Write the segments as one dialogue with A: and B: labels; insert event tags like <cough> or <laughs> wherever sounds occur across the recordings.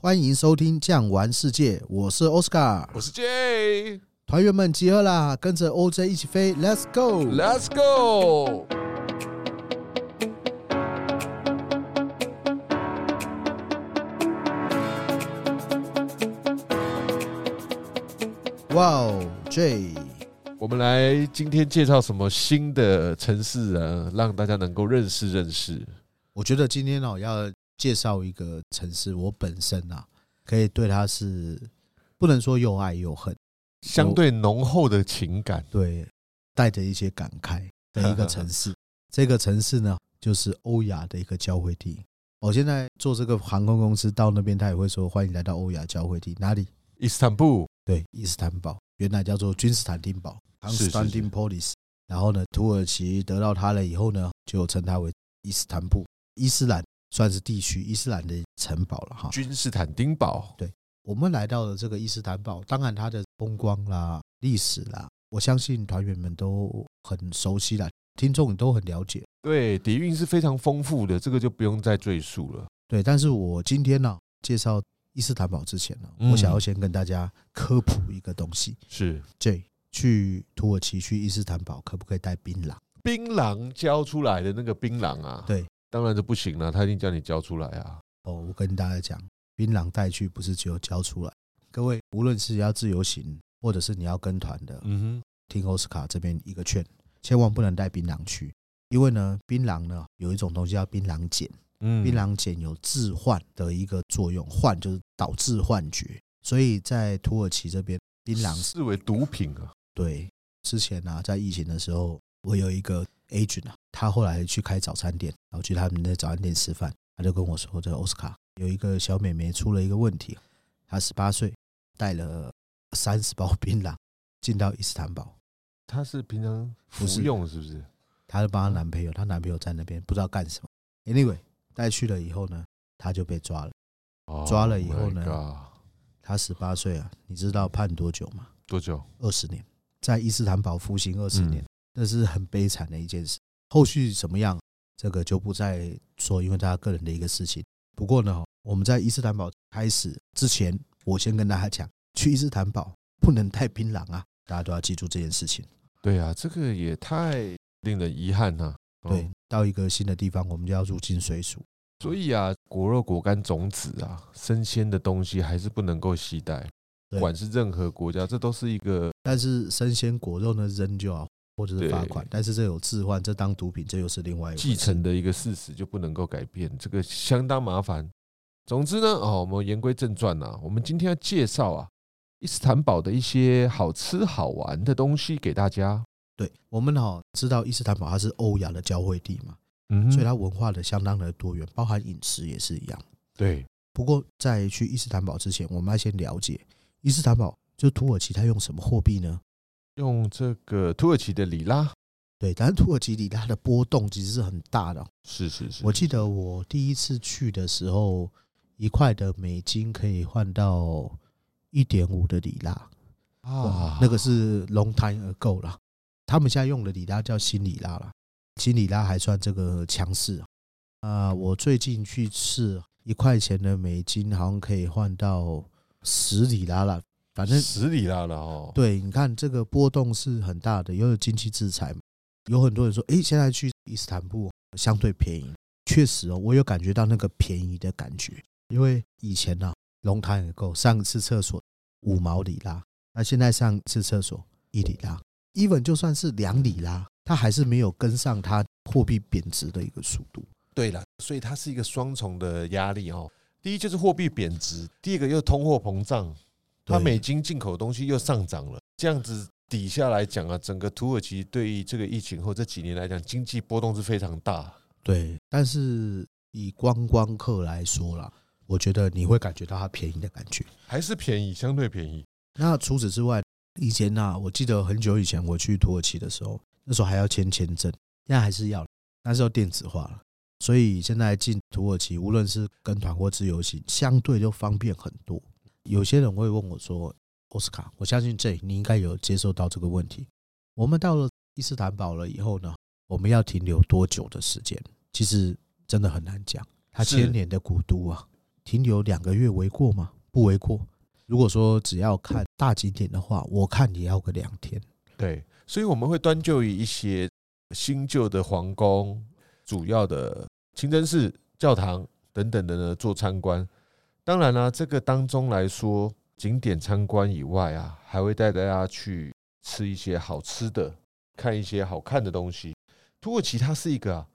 A: 欢迎收听《酱玩世界》，我是 Oscar。
B: 我是 J，
A: 团员们集合啦，跟着 OJ 一起飞，Let's go！
B: l e t s go。
A: 哇哦，J，
B: 我们来今天介绍什么新的城市啊，让大家能够认识认识。
A: 我觉得今天呢、要介绍一个城市，我本身啊可以对它是不能说又爱又恨，
B: 相对浓厚的情感，
A: 对，带着一些感慨的一个城市。这个城市呢，就是欧亚的一个交汇地。我、现在做这个航空公司到那边，他也会说欢迎来到欧亚交汇地，哪里？
B: 伊斯坦布尔
A: 对，伊斯坦堡原来叫做君士坦丁堡
B: 是是
A: （Constantinopolis）。然后呢，土耳其得到它了以后呢，就称它为伊斯坦布伊斯兰，算是地区伊斯兰的城堡了哈。
B: 君士坦丁堡，
A: 我们来到了这个伊斯坦堡，当然它的风光啦、历史啦，我相信团员们都很熟悉啦，听众都很了解。
B: 对，底蕴是非常丰富的，这个就不用再赘述了。
A: 对，但是我今天呢、介绍伊斯坦堡之前呢、
B: 嗯
A: 我想要先跟大家科普一个东西。
B: 是
A: J 去土耳其去伊斯坦堡可不可以带槟榔？
B: 槟榔教出来的那个槟榔啊，
A: 对，
B: 当然就不行了，他一定叫你教出来啊。
A: 哦，我跟大家讲，槟榔带去不是只有交出来。各位，无论是要自由行，或者是你要跟团的，
B: 嗯
A: 听奥斯卡这边一个劝，千万不能带槟榔去，因为呢，槟榔呢有一种东西叫槟榔碱，
B: 哼，嗯
A: 槟榔碱有致幻的一个作用，幻就是导致幻觉，所以在土耳其这边，槟榔是
B: 视为毒品啊，
A: 对之前呢、在疫情的时候，我有一个 agent 啊，他后来去开早餐店，然后去他们的早餐店吃饭，他就跟我说，这个奥斯卡有一个小妹妹出了一个问题，她十八岁，带了三十包槟榔进到伊斯坦堡，
B: 他是平常
A: 不是
B: 服用是不是？
A: 她就帮她男朋友，她男朋友在那边不知道干什么，anyway 带去了以后呢，她就被抓了。抓了以后呢
B: Oh my God
A: 她十八岁啊，你知道判多久吗？
B: 多久？
A: 二十年，在伊斯坦堡服刑二十
B: 嗯
A: 年，那是很悲惨的一件事。后续怎么样，这个就不再说，因为大家个人的一个事情。不过呢，我们在伊斯坦堡开始之前，我先跟大家讲，去伊斯坦堡不能带槟榔啊，大家都要记住这件事情。
B: 对啊，这个也太令人遗憾呐、嗯
A: 对，到一个新的地方，我们就要入境随俗。
B: 所以啊，果肉、果干、种子啊，生鲜的东西还是不能够携带，不
A: 对，
B: 管是任何国家，这都是一个
A: 但是生鲜果肉呢，扔就好，或者是罚款。但是这有置换，这当毒品，这又是另外一回事
B: 继承的一个事实，就不能够改变，这个相当麻烦。总之呢，哦，我们言归正传啊，我们今天要介绍啊，伊斯坦堡的一些好吃好玩的东西给大家。
A: 对，我们好知道伊斯坦堡它是欧亚的交汇地嘛，
B: 嗯哼
A: 所以它文化的相当的多元，包含饮食也是一样。
B: 对，
A: 不过在去伊斯坦堡之前，我们要先了解伊斯坦堡，就土耳其它用什么货币呢？
B: 用这个土耳其的里拉，
A: 对，但是土耳其里拉的波动其实是很大的哦。
B: 是是是，
A: 我记得我第一次去的时候，一块的美金可以换到一点五的里拉，
B: 啊，
A: 那个是 long time ago 啦。他们现在用的里拉叫新里拉啦，新里拉还算这个强势啊。啊，我最近去吃一块钱的美金，好像可以换到十里拉啦。反正
B: 十里拉了哦。
A: 对，你看这个波动是很大的，又有经济制裁嘛，有很多人说，诶，现在去伊斯坦布尔相对便宜，确实哦，我有感觉到那个便宜的感觉，因为以前呢、啊，龙潭也够，上一次厕所五毛里拉，那现在上一次厕所一里拉，even 就算是两里拉，它还是没有跟上它货币贬值的一个速度。
B: 对了，所以它是一个双重的压力哦。第一就是货币贬值，第二个又通货膨胀，它
A: 对
B: 美金进口的东西又上涨了，这样子底下来讲啊，整个土耳其对于这个疫情后这几年来讲，经济波动是非常大。
A: 对，但是以观光客来说啦，我觉得你会感觉到它便宜的感觉。
B: 还是便宜，相对便宜。
A: 那除此之外，以前呐、我记得很久以前我去土耳其的时候，那时候还要签签证，现在还是要，但是要电子化了。所以现在进土耳其，无论是跟团或自由行，相对就方便很多。有些人会问我说：“奥斯卡，我相信这里你应该有接受到这个问题。我们到了伊斯坦堡了以后呢，我们要停留多久的时间？其实真的很难讲，它
B: 是
A: 千年的古都啊，停留两个月为过吗？不为过。如果说只要看大景点的话，我看也要个两天。
B: 对，所以我们会端就于一些新旧的皇宫、主要的清真寺、教堂等等的呢做参观。当然啦、这个当中来说，景点参观以外啊，还会带大家去吃一些好吃的，看一些好看的东西。土耳其它是一个、啊、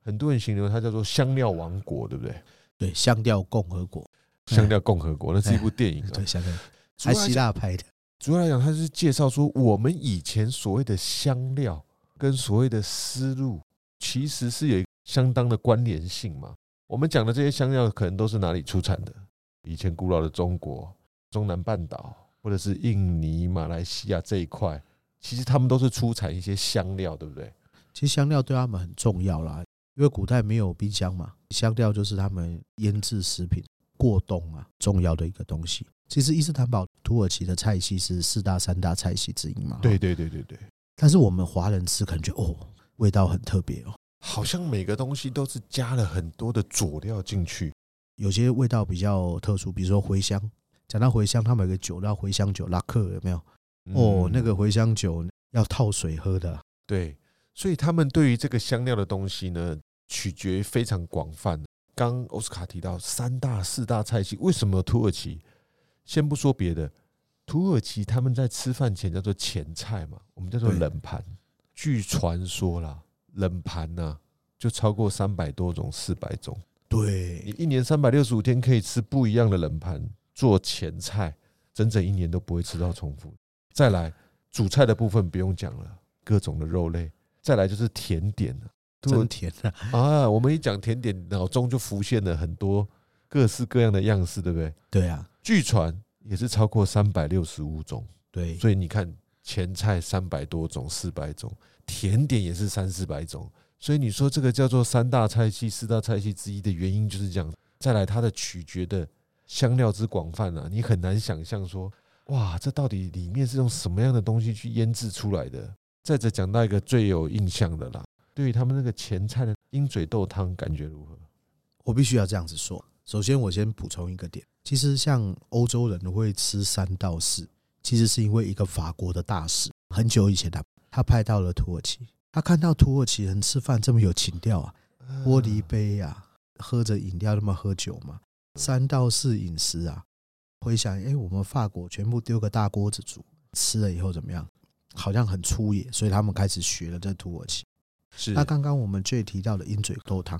B: 很多人形容它叫做香料王国，对不
A: 哎
B: 对？
A: 对，香料共和国，
B: 香料共和国，那是一部电影、啊。
A: 哎对，香料，
B: 主
A: 还
B: 要来
A: 希
B: 讲
A: 腊拍的。
B: 主要来讲，它是介绍说我们以前所谓的香料跟所谓的丝路，其实是有一个相当的关联性嘛。我们讲的这些香料，可能都是哪里出产的？以前古老的中国、中南半岛，或者是印尼、马来西亚这一块，其实他们都是出产一些香料，对不对？
A: 其实香料对他们很重要啦，因为古代没有冰箱嘛，香料就是他们腌制食品过冬啊重要的一个东西。其实伊斯坦堡土耳其的菜系是四大三大菜系之一嘛，。
B: <laughs> 对对对对，
A: 但是我们华人吃可能觉得哦，味道很特别哦，
B: 好像每个东西都是加了很多的佐料进去。
A: 有些味道比较特殊，比如说茴香。讲到茴香，他们有个酒叫茴香酒拉克，有没有？哦，
B: 嗯
A: 那个茴香酒要泡水喝的啊，
B: 对，所以他们对于这个香料的东西呢，取决于非常广泛。刚奥斯卡提到三大四大菜系，为什么土耳其？先不说别的，土耳其他们在吃饭前叫做前菜嘛，我们叫做
A: 对
B: 冷盘。据传说啦，冷盘呐、就超过三百多种、四百种。你
A: 对，
B: 一年三百六十五天可以吃不一样的冷盘做前菜，整整一年都不会吃到重复。再来主菜的部分不用讲了，各种的肉类。再来就是甜点了，
A: 真甜啊！
B: 啊，我们一讲甜点，脑中就浮现了很多各式各样的样式，对不对？
A: 对啊，
B: 据传也是超过三百六十五种，
A: 对，
B: 所以你看前菜三百多种、四百种，甜点也是三四百种。所以你说这个叫做三大菜系、四大菜系之一的原因就是这样。再来，它的取决的香料之广泛啊，你很难想象说，哇，这到底里面是用什么样的东西去腌制出来的？再者，讲到一个最有印象的啦，对于他们那个前菜的鹰嘴豆汤，感觉如何？
A: 我必须要这样子说。首先，我先补充一个点，其实像欧洲人会吃三到四，其实是因为一个法国的大使很久以前他他派到了土耳其，他看到土耳其人吃饭这么有情调啊，玻璃杯啊，喝着饮料那么喝酒嘛，三到四饮食啊，回想哎、诶我们法国全部丢个大锅子煮，吃了以后怎么样？好像很粗野，所以他们开始学了在土耳其。
B: 是
A: 那刚刚我们最提到的鹰嘴豆汤，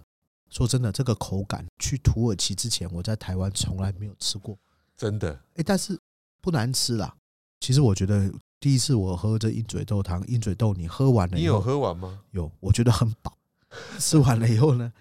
A: 说真的，这个口感去土耳其之前，我在台湾从来没有吃过。
B: 真的
A: 哎，但是不难吃啦。其实我觉得第一次我喝这鹰嘴豆汤，鹰嘴豆你喝完了以
B: 你有
A: 后，
B: 喝完吗？
A: 有我觉得很饱。吃完了以后呢，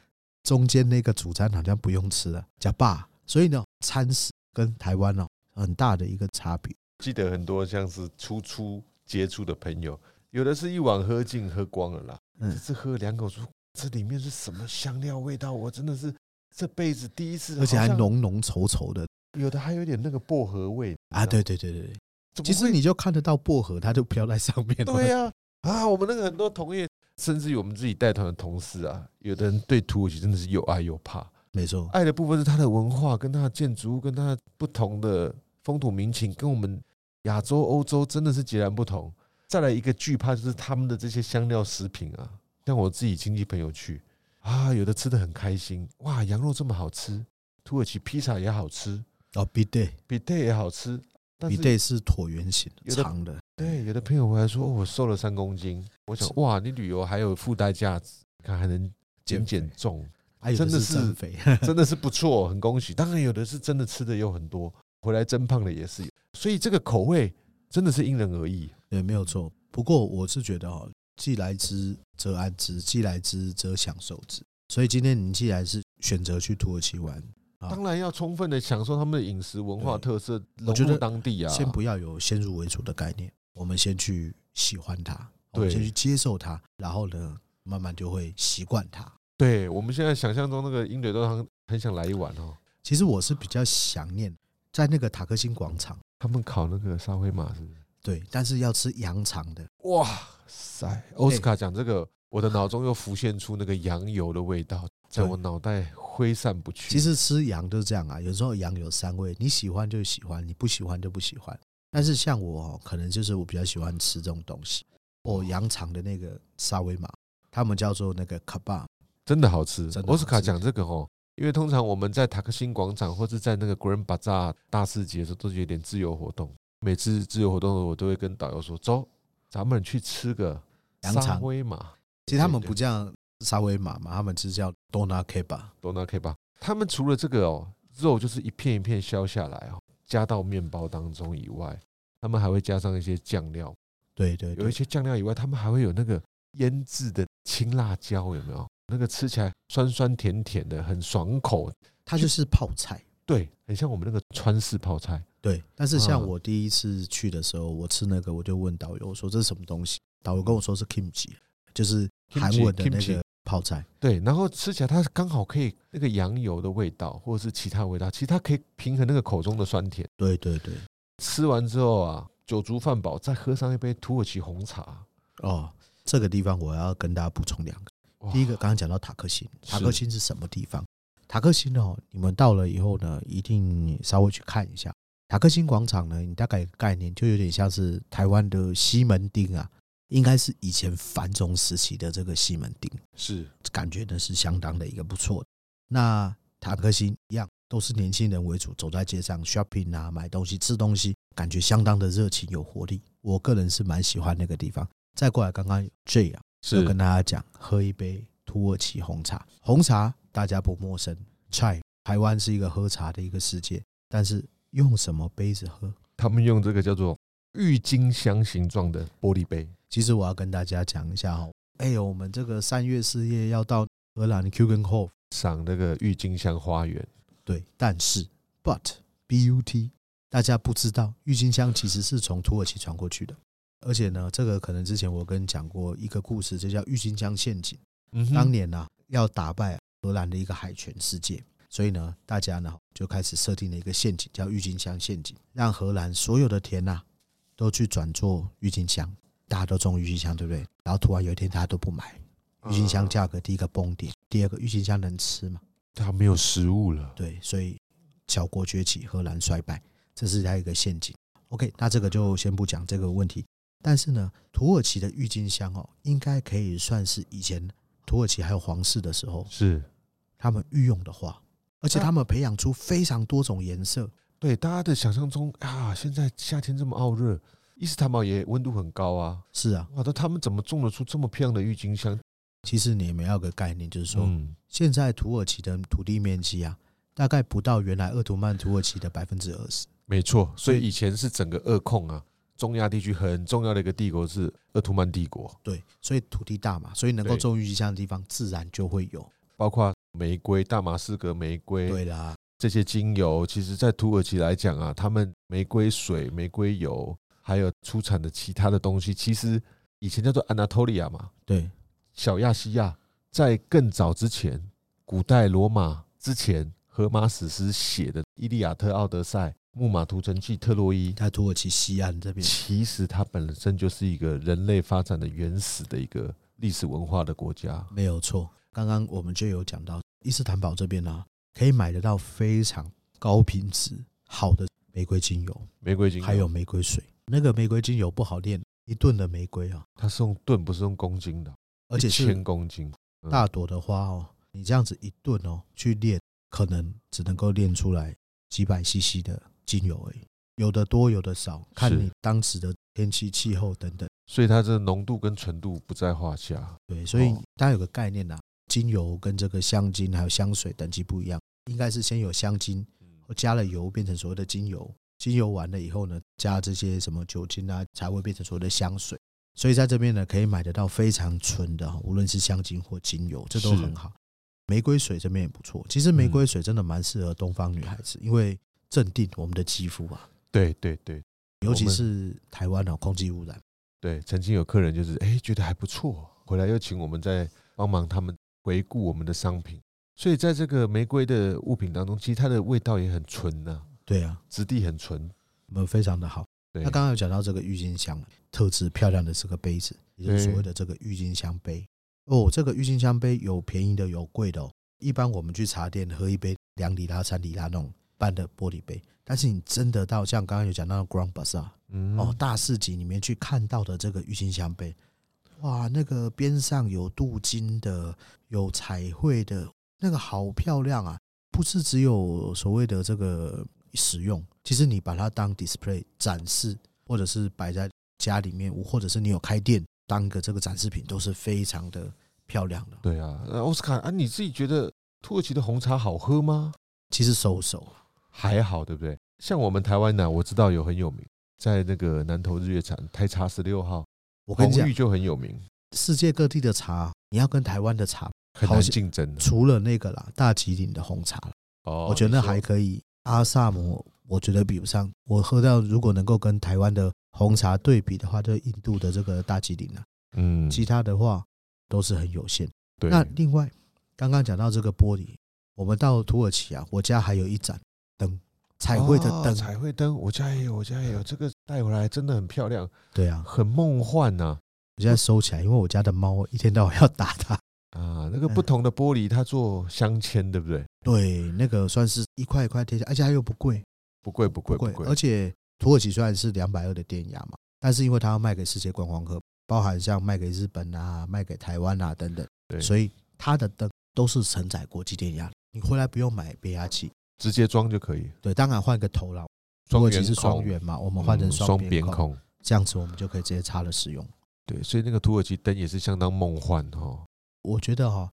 A: 中间那个主餐好像不用吃了，假爸。所以呢，餐食跟台湾哦很大的一个差别。
B: 记得很多像是初初接触的朋友，有的是一碗喝尽喝光了啦，
A: 嗯
B: 这次喝两口说这里面是什么香料味道，我真的是这辈子第一次，
A: 而且还，浓浓稠稠的
B: 有的还有点那个薄荷味
A: 啊！对，对对对对，
B: 怎么
A: 其实
B: 会
A: 你就看得到薄荷，它就飘在上面了。
B: 对呀啊我们那个很多同业，甚至于我们自己带团的同事啊，有的人对土耳其真的是又爱又怕，
A: 没错，
B: 爱的部分是它的文化、跟它的建筑物、跟它不同的风土民情，跟我们亚洲、欧洲真的是截然不同。再来一个惧怕就是他们的这些香料食品啊，像我自己亲戚朋友去啊，有的吃的很开心，哇，羊肉这么好吃，土耳其披萨也好吃，
A: 哦，必对。
B: 比带也好吃，但
A: 比
B: 是
A: 对是椭圆形
B: 有的
A: 长的，
B: 对有的朋友回来说、哦我瘦了三公斤，我想
A: 是
B: 哇，你旅游还有附带价值，看还能减减重，
A: 还有的
B: 真的
A: 是
B: 是
A: 增肥，
B: <laughs> 真的是不错，很恭喜。当然，有的是真的吃的有很多，回来增胖的也是有，所以这个口味真的是因人而异。
A: <laughs> 对，没有错。不过我是觉得哦，既来之则安之，既来之则享受之。所以今天你既然是选择去土耳其玩，啊
B: 当然要充分的享受他们的饮食文化
A: 对
B: 特色，
A: 我
B: 融
A: 觉得
B: 入当地啊。
A: 先不要有先入为主的概念，我们先去喜欢它，我们
B: 对
A: 先去接受它，然后呢，慢慢就会习惯它。
B: 对我们现在想象中那个鹰嘴豆汤，很想来一碗哦。
A: 其实我是比较想念在那个塔克辛广场，
B: 他们烤那个沙威玛是不是？
A: 对，但是要吃羊肠的，
B: 哇哎塞！奥斯卡讲这个，我的脑中又浮现出那个羊油的味道，在我脑袋挥散不去。
A: 其实吃羊就是这样啊，有时候羊有三味，你喜欢就喜欢，你不喜欢就不喜欢。但是像我、哦，可能就是我比较喜欢吃这种东西。哦，羊肠的那个沙威玛，他们叫做那个卡巴，
B: 真的好吃
A: 真。的好
B: 奥斯卡
A: 吃
B: 讲这个哦，因为通常我们在塔克辛广场或是在那个 Grand Bazaar 大市集的时候，都是有点自由活动。每次自由活动的时候，我都会跟导游说：“走，咱们去吃个
A: 羊
B: 沙
A: 肠
B: 威玛
A: 其实他们
B: 对对
A: 不叫沙威玛嘛，他们是叫 dona k e b a
B: d o n a k e b a 他们除了这个哦，肉就是一片一片削下来哦，加到面包当中以外，他们还会加上一些酱料。
A: 对对
B: 有一
A: 对，
B: 些酱料以外，他们还会有那个腌制的青辣椒，有没有？那个吃起来酸酸甜甜的，很爽口。
A: 它就是泡菜。
B: 对，很像我们那个川式泡菜。
A: 对，但是像
B: 嗯
A: 我第一次去的时候，我吃那个，我就问导游我说这是什么东西，导游跟我说是 kimchi，就是韩文的那
B: kimchi，kimchi
A: 个泡菜。
B: 对，然后吃起来它刚好可以那个羊油的味道，或者是其他味道，其实它可以平衡那个口中的酸甜。
A: 对对对，
B: 吃完之后啊，酒足饭饱，再喝上一杯土耳其红茶。
A: 哦，这个地方我要跟大家补充两个。
B: 哇
A: 第一个，刚刚讲到塔克辛，
B: 是
A: 塔克辛是什么地方？塔克辛哦，你们到了以后呢，一定稍微去看一下。塔克辛广场呢，你大概有个概念就有点像是台湾的西门町啊，应该是以前繁荣时期的这个西门町，
B: 是
A: 感觉呢是相当的一个不错的。那塔克辛一样，都是年轻人为主，走在街上 shopping 啊，买东西、吃东西，感觉相当的热情有活力。我个人是蛮喜欢那个地方。再过来，刚刚 J 啊，就跟大家讲，喝一杯土耳其红茶。红茶大家不陌生，chai，台湾是一个喝茶的一个世界，但是用什么杯子喝？
B: 他们用这个叫做郁金香形状的玻璃杯。
A: 其实我要跟大家讲一下哦，哎呦，我们这个三月四月要到荷兰 k u g e n h o f
B: 赏那个郁金香花园，
A: 对，但是 but b u t，大家不知道郁金香其实是从土耳其传过去的，而且呢，这个可能之前我跟你讲过一个故事，就叫郁金香陷阱。
B: 嗯哼
A: 当年呢、要打败荷兰的一个海权世界，所以呢，大家呢就开始设定了一个陷阱，叫郁金香陷阱，让荷兰所有的田呐、都去转做郁金香，大家都种郁金香，对不对？然后突然有一天大家都不买郁金
B: 啊嗯
A: 香，价格，第一个崩跌，第二个郁金香能吃吗？
B: 它没有食物了。
A: 对，所以小国崛起，荷兰衰败，这是它一个陷阱。OK，那这个就先不讲这个问题。但是呢，土耳其的郁金香哦，应该可以算是以前土耳其还有皇室的时候
B: 是
A: 他们御用的花，而且
B: 那
A: 他们培养出非常多种颜色。
B: 对大家的想象中啊，现在夏天这么傲热，伊斯坦堡也温度很高啊。
A: 是啊，
B: 哇，那他们怎么种得出这么漂亮的郁金香？
A: 其实你们要有个概念，就是说、
B: 嗯，
A: 现在土耳其的土地面积啊，大概不到原来鄂图曼土耳其的百分之二十。
B: 没错。所以以前是整个俄控啊，中亚地区很重要的一个帝国是鄂图曼帝国，
A: 对，所以土地大嘛，所以能够
B: 对
A: 种郁金香的地方自然就会有。
B: 包括玫瑰、大马士革玫瑰
A: 对啦，
B: 这些精油，其实在土耳其来讲啊，他们玫瑰水、玫瑰油，还有出产的其他的东西，其实以前叫做安纳托利亚嘛，
A: 对，
B: 小亚细亚在更早之前，古代罗马之前，荷马史诗写的《伊利亚特》《奥德赛》《木马屠城记》《特洛伊》，
A: 在土耳其西岸这边，
B: 其实它本身就是一个人类发展的原始的一个历史文化的国家。
A: 没有错。刚刚我们就有讲到伊斯坦堡这边呢、可以买得到非常高品质、好的玫瑰精油，
B: 玫瑰精油
A: 还有玫瑰水。那个玫瑰精油不好炼，一吨的玫瑰啊，
B: 它是用吨，不是用公斤的，
A: 而且是
B: 千公斤。
A: 大朵的花哦，你这样子一顿哦去炼，可能只能够炼出来几百 CC 的精油而已，有的多，有的少，看
B: 是
A: 你当时的天气、气候等等。
B: 所以它这浓度跟纯度不在话下。
A: 对，所以
B: 哦
A: 大家有个概念呐、精油跟这个香精还有香水等级不一样，应该是先有香精，
B: 嗯
A: 加了油变成所谓的精油，精油完了以后呢，加这些什么酒精啊，才会变成所谓的香水。所以在这边呢，可以买得到非常纯的，无论是香精或精油，这都
B: 是嗯
A: 很好。玫瑰水这边也不错，其实玫瑰水真的蛮适合东方女孩子，因为镇定我们的肌肤啊，
B: 对对对
A: 尤其
B: 我们
A: 是台湾的、空气污染。
B: 对，曾经有客人就是哎、诶觉得还不错，回来又请我们再帮忙他们回顾我们的商品。所以在这个玫瑰的物品当中，其实它的味道也很纯呐、
A: 对啊，
B: 质地很纯。
A: 我们非常的好。
B: 对，
A: 那刚刚有讲到这个郁金香特制漂亮的这个杯子，也就是
B: 对
A: 所谓的这个郁金香杯。哦，这个郁金香杯有便宜的有贵的哦。一般我们去茶店喝一杯两里拉、三里拉那种半的玻璃杯，但是你真的到像刚刚有讲到 Grand Bazaar
B: 嗯
A: 哦，大市集里面去看到的这个郁金香杯，哇，那个边上有镀金的，有彩绘的，那个好漂亮啊！不是只有所谓的这个使用，其实你把它当 display 展示，或者是摆在家里面，或者是你有开店当一个这个展示品，都是非常的漂亮的。
B: 对啊，那奥斯卡啊，你自己觉得土耳其的红茶好喝吗？
A: 其实收手，啊
B: 还好，对不对？像我们台湾呢，我知道有很有名，在那个南投日月潭台茶十六号，
A: 我跟
B: 红
A: 你讲
B: 玉，就很有名，
A: 世界各地的茶，你要跟台湾的茶，
B: 很
A: 好
B: 难
A: 像
B: 竞争的。
A: 除了那个啦，大吉岭的红茶啦
B: 哦
A: 我觉得那
B: 你说
A: 还可以。阿萨姆我觉得比不上，我喝到如果能够跟台湾的红茶对比的话，就是印度的这个大吉岭啊，
B: 嗯，
A: 其他的话都是很有限。
B: 对，
A: 那另外刚刚讲到这个玻璃，我们到土耳其啊，我家还有一盏灯，彩绘的
B: 哦
A: 灯，嗯
B: 彩绘灯，我家也有，我家也有，这个带回来真的很漂亮，
A: 对啊，
B: 很梦幻啊呐、
A: 我现在收起来，因为我家的猫一天到晚要打它。
B: 啊！
A: 嗯
B: 那个不同的玻璃，它做镶嵌，对不对？
A: 对，那个算是一块一块贴下，而且它又不贵，
B: 不贵，不贵，不
A: 贵，
B: 贵
A: 而。且土耳其虽然是两百二的电压嘛，但是因为它要卖给世界观光客，包含像卖给日本啊、卖给台湾啊等等
B: 对，
A: 所以它的灯都是承载国际电压的，你回来不用买变压器。
B: 直接装就可以。
A: 对，当然换个头啦，土
B: 双
A: 耳
B: 圆
A: 其是双
B: 孔
A: 圆嘛，我们换成
B: 嗯
A: 双边
B: 边
A: 孔，
B: 孔，
A: 这样子我们就可以直接插了使用。
B: 对，所以那个土耳其灯也是相当梦幻哦。
A: 我觉得哈、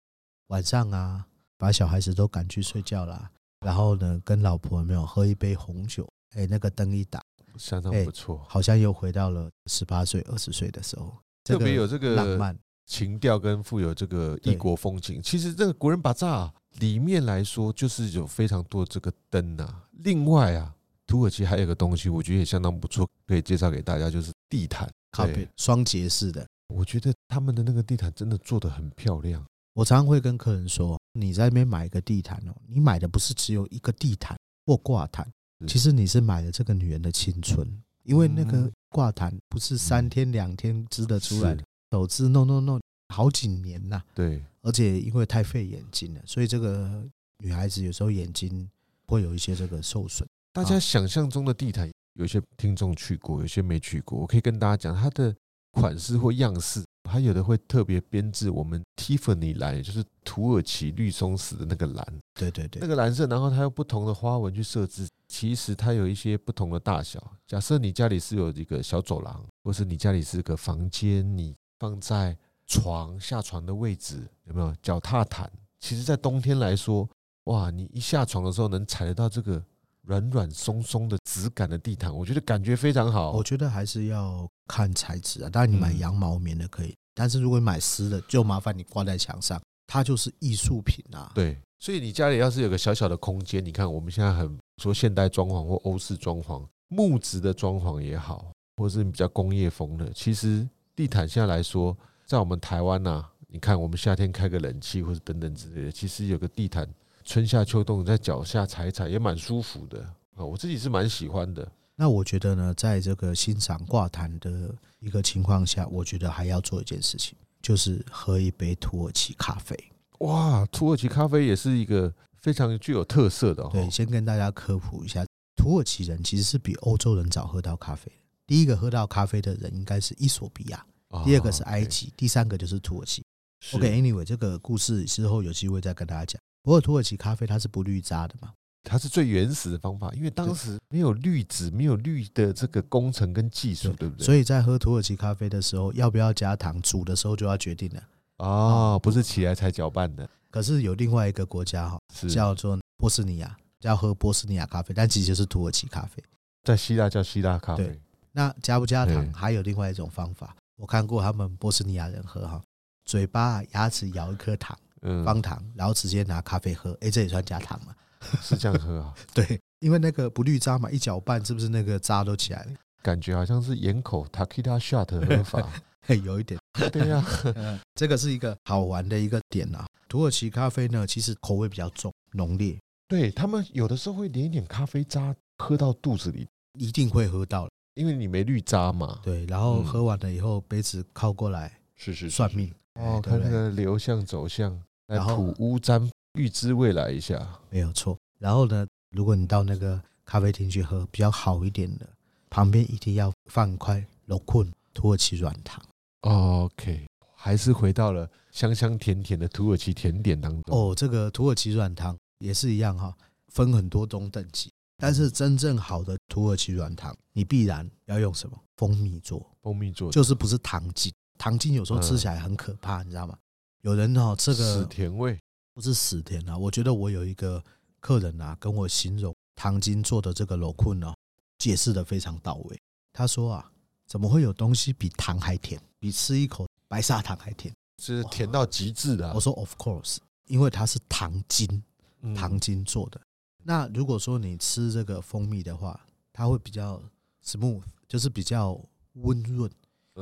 A: 晚上啊，把小孩子都赶去睡觉啦，然后呢，跟老婆有没有喝一杯红酒，哎，那个灯一打，
B: 相当
A: 哎
B: 不错，
A: 好像又回到了十八岁、二十岁的时候，这
B: 特
A: 个
B: 别有这
A: 浪
B: 个
A: 漫。
B: 情调跟富有这个异
A: 对
B: 国风情。其实这个国人把炸啊里面来说，就是有非常多这个灯啊。另外啊，土耳其还有个东西，我觉得也相当不错，可以介绍给大家，就是地毯。
A: 靠
B: 对
A: 边双节式的。
B: 我觉得他们的那个地毯真的做的很漂亮。
A: 我常常会跟客人说，你在那边买一个地毯哦，你买的不是只有一个地毯或挂毯，
B: 是
A: 其实你是买了这个女人的青春，因为那个
B: 嗯
A: 挂毯不是三天两天织得出来的
B: 是，
A: 手织弄弄弄好几年呐、
B: 对，
A: 而且因为太费眼睛了，所以这个女孩子有时候眼睛会有一些这个受损。
B: 大家
A: 啊
B: 想象中的地毯，有一些听众去过，有些没去过。我可以跟大家讲，它的款式或样式，它有的会特别编制我们 Tiffany 蓝，也就是土耳其绿松石的那个蓝，
A: 对对对
B: 那，个蓝色，然后它用不同的花纹去设置。其实它有一些不同的大小。假设你家里是有一个小走廊，或是你家里是个房间，你放在床下床的位置，有没有脚踏毯？其实，在冬天来说，哇，你一下床的时候能踩得到这个软软松松的质感的地毯，我觉得感觉非常好
A: 我。觉得还是要看材质啊。当然，你买
B: 哦嗯
A: 羊毛棉的可以，但是如果你买丝的，就麻烦你挂在墙上，它就是艺术品啊。
B: 对，所以你家里要是有个小小的空间，你看我们现在很说现代装潢或欧式装潢，木质的装潢也好，或是比较工业风的，其实地毯现在来说，在我们台湾呐、你看我们夏天开个冷气或者等等之类的，其实有个地毯，春夏秋冬你在脚下踩一踩也蛮舒服的啊，我自己是蛮喜欢的。
A: 那我觉得呢，在这个欣赏挂毯的一个情况下，我觉得还要做一件事情，就是喝一杯土耳其咖啡。
B: 哇，土耳其咖啡也是一个非常具有特色的、哦，
A: 对，先跟大家科普一下，土耳其人其实是比欧洲人早喝到咖啡的。第一个喝到咖啡的人应该是伊索比亚，
B: 啊
A: 第二个是埃，及，第三个就是土耳其。
B: 是
A: OK，Anyway，、这个故事之后有机会再跟大家讲。不过土耳其咖啡它是不滤渣的嘛，
B: 它是最原始的方法，因为当时没有滤纸，没有滤的这个工程跟技术，对不对？
A: 所
B: 以
A: 以在喝土耳其咖啡的时候，要不要加糖，煮的时候就要决定了。哦
B: 啊，不是起来才搅拌的，
A: 可是有另外一个国家哈，
B: 是
A: 叫做波斯尼亚，要喝波斯尼亚咖啡，但其实就是土耳其咖啡。
B: 在希腊叫希腊咖啡
A: 对，那加不加
B: 对
A: 糖，还有另外一种方法，我看过他们波斯尼亚人喝哈，嘴巴啊牙齿咬一颗糖，
B: 嗯，
A: 方糖，然后直接拿咖啡喝，诶，这也算加糖嘛？ <laughs>
B: 是这样喝啊，
A: 对，因为那个不滤渣嘛，一搅拌是不是那个渣都起来了？ <laughs>
B: 感觉好像是盐口 Takita shot 的喝法，
A: 嘿，有一点。
B: 对呀，
A: 嗯，这个是一个好玩的一个点啊。土耳其咖啡呢，其实口味比较重、浓烈，
B: 对他们有的时候会连一点咖啡渣喝到肚子里，
A: 一定会喝到。
B: 因为你没滤渣嘛，
A: 对，然后
B: 嗯
A: 喝完了以后，杯子靠过来
B: 是是是
A: 算命，
B: 哦，
A: 哎对
B: 看
A: 不对？
B: 那个流向走向，来
A: 然后
B: 土屋占预知未来一下。
A: 没有错。然后呢，如果你到那个咖啡厅去喝比较好一点的，旁边一定要放一块肉困土耳其软糖。
B: OK，还是回到了香香甜甜的土耳其甜点当中。
A: 哦，这个土耳其软糖也是一样哈、分很多种等级。但是真正好的土耳其软糖，你必然要用什么蜂蜜做，
B: 蜂蜜做的
A: 就是不是糖精。糖精有时候吃起来很可怕，你知道吗？有人哈、这
B: 嗯死
A: 个
B: 甜味，
A: 不是死甜啊，我觉得我有一个客人啊，跟我形容糖精做的这个肉困哦，解释的非常到位。他说啊，怎么会有东西比糖还甜，比吃一口白砂糖还甜？
B: 是甜到极致的啊、
A: 我说 Of course，因为它是糖精，
B: 嗯
A: 糖精做的。那如果说你吃这个蜂蜜的话，它会比较 smooth，就是比较温润，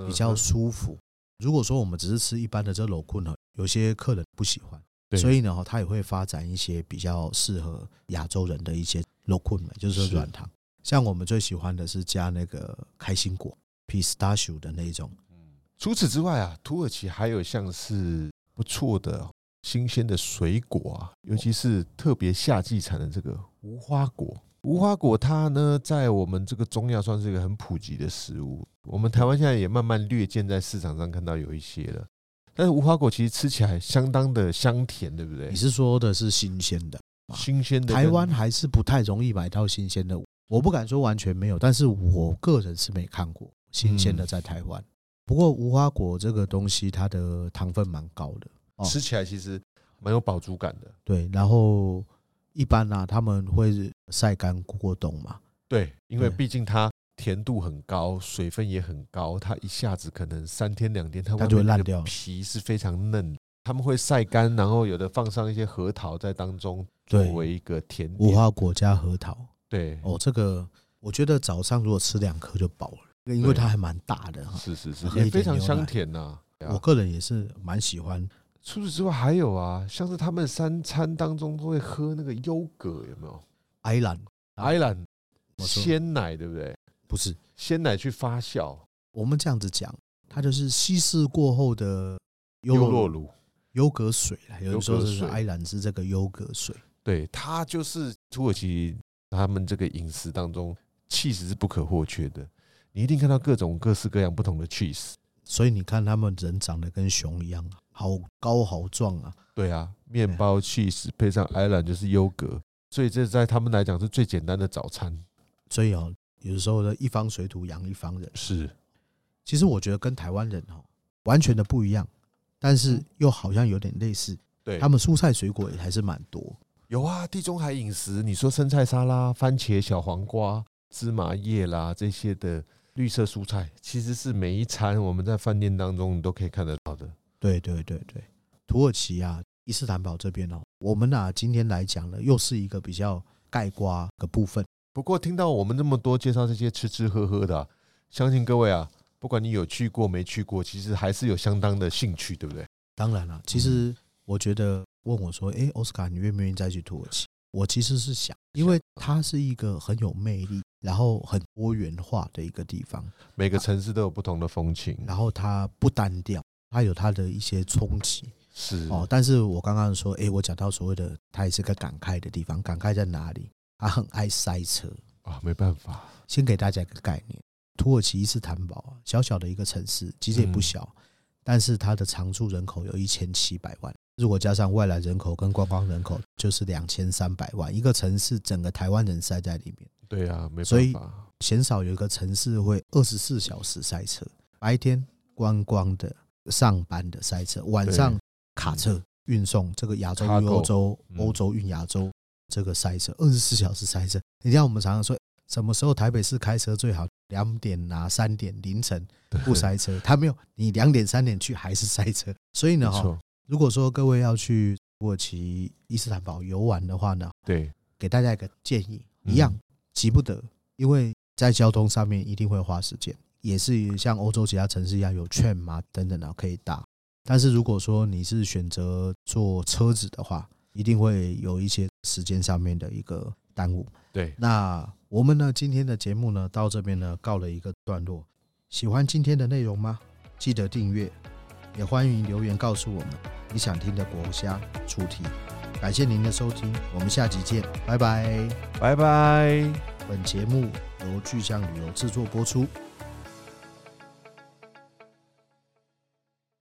A: 比较
B: 嗯
A: 舒服。如果说我们只是吃一般的这肉棍呢，有些客人不喜欢，
B: 对
A: 所以呢，它也会发展一些比较适合亚洲人的一些肉棍嘛，就是
B: 是
A: 软糖。像我们最喜欢的是加那个开心果 （pistachio） 的那一种，
B: 除此之外啊，土耳其还有像是不错的新鲜的水果啊，尤其是特别夏季产的这个无花果。无花果它呢，在我们这个中亚算是一个很普及的食物。我们台湾现在也慢慢略见在市场上看到有一些了。但是无花果其实吃起来相当的香甜，对不对
A: 你？是说的是新鲜的？
B: 新鲜的跟
A: 啊台湾还是不太容易买到新鲜的，我不敢说完全没有，但是我个人是没看过新鲜
B: 嗯
A: 的在台湾。不过无花果这个东西，它的糖分蛮高的，哦
B: 吃起来其实蛮有饱足感的。
A: 对。然后一般啊，他们会晒干过冬嘛，
B: 对，因为
A: 对
B: 毕竟它甜度很高，水分也很高，它一下子可能三天两天，它
A: 它
B: 外
A: 就会
B: 面那
A: 烂
B: 个
A: 掉了
B: 皮是非常嫩的。他们会晒干，然后有的放上一些核桃在当中作
A: 对
B: 为一个甜
A: 无
B: 点。
A: 花果加核桃。
B: 对，
A: 哦，这个我觉得早上如果吃两颗就饱了，因为
B: 对
A: 它还蛮大的哈。
B: 是是是，
A: 哦喝一
B: 也非
A: 点
B: 常
A: 牛
B: 香
A: 奶
B: 甜呐、对啊
A: 我个人也是蛮喜欢，
B: 除此之外还有啊，像是他们三餐当中都会喝那个优格，有没有？
A: 埃兰啊
B: i s l a n
A: 我说
B: 鲜奶对不对？
A: 不是
B: 鲜奶去发酵
A: 我们这样子讲，它就是稀释过后的优
B: 优
A: 酪
B: 酪
A: 乳
B: 乳，
A: 优格水啦，有人说
B: 优格
A: 是
B: 水
A: 爱尔兰是这个优格水，
B: 对，它就是土耳其他们这个饮食当中，cheese 是不可或缺的。你一定看到各种各式各样不同的 cheese。
A: 所以你看他们人长得跟熊一样啊，好高好壮啊，
B: 对啊，面包 cheese 配上 island 就是优格，所以这在他们来讲是最简单的早餐。
A: 所以哦，有时候呢，一方水土养一方人。
B: 是，
A: 其实我觉得跟台湾人哦完全的不一样，但是又好像有点类似，
B: 对，
A: 他们蔬菜水果也还是蛮多。
B: 有啊，地中海饮食，你说生菜沙拉、番茄、小黄瓜、芝麻叶啦这些的绿色蔬菜，其实是每一餐我们在饭店当中你都可以看得到的。
A: 对对对对，土耳其啊，伊斯坦堡这边哦，我们啊今天来讲呢，又是一个比较盖瓜的部分。
B: 不过听到我们这么多介绍这些吃吃喝喝的啊、相信各位啊，不管你有去过没去过，其实还是有相当的兴趣，对不对？
A: 当然了，其实我觉得问我说：“诶，奥斯卡，你愿不愿意再去土耳其？”我其实是想，因为它是一个很有魅力，然后很多元化的一个地方，
B: 每个城市都有不同的风情，
A: 然后它不单调，它有它的一些冲击
B: 是
A: 哦。但是我刚刚说，诶，我讲到所谓的它也是个感慨的地方，感慨在哪里？它很爱塞车。
B: 啊，没办法，
A: 先给大家一个概念，土耳其伊斯坦堡啊，小小的一个城市，其实也不小，但是它的常住人口有一千七百万，如果加上外来人口跟观光人口，就是两千三百万。一个城市整个台湾人塞在里面，
B: 对啊，没
A: 所
B: 办
A: 以
B: 法，
A: 鲜少有一个城市会二十四小时塞车，白天观光的、上班的塞车，晚上卡车运送这个亚洲
B: 卡
A: 运
B: 购
A: 欧洲、
B: 嗯
A: 欧洲运亚洲这个塞车，二十四小时塞车。你像我们常常说，什么时候台北市开车最好？两点啊，三点凌
B: <laughs>
A: 晨不塞车，他没有，你两点三点去还是塞车。所以
B: 没
A: 呢，哈，
B: 错，
A: 如果说各位要去土耳其伊斯坦堡游玩的话呢，
B: 对，
A: 给大家一个建议，
B: 嗯
A: 一样急不得，因为在交通上面一定会花时间，也是像欧洲其他城市一样有券嘛等等的可以搭。但是如果说你是选择坐车子的话，一定会有一些时间上面的一个耽误。
B: 对，
A: 那我们呢今天的节目呢到这边呢告了一个段落。喜欢今天的内容吗？记得订阅，也欢迎留言告诉我们你想听的国家主题。感谢您的收听，我们下集见，拜拜。
B: 拜拜。
A: 本节目由巨匠旅游制作播出。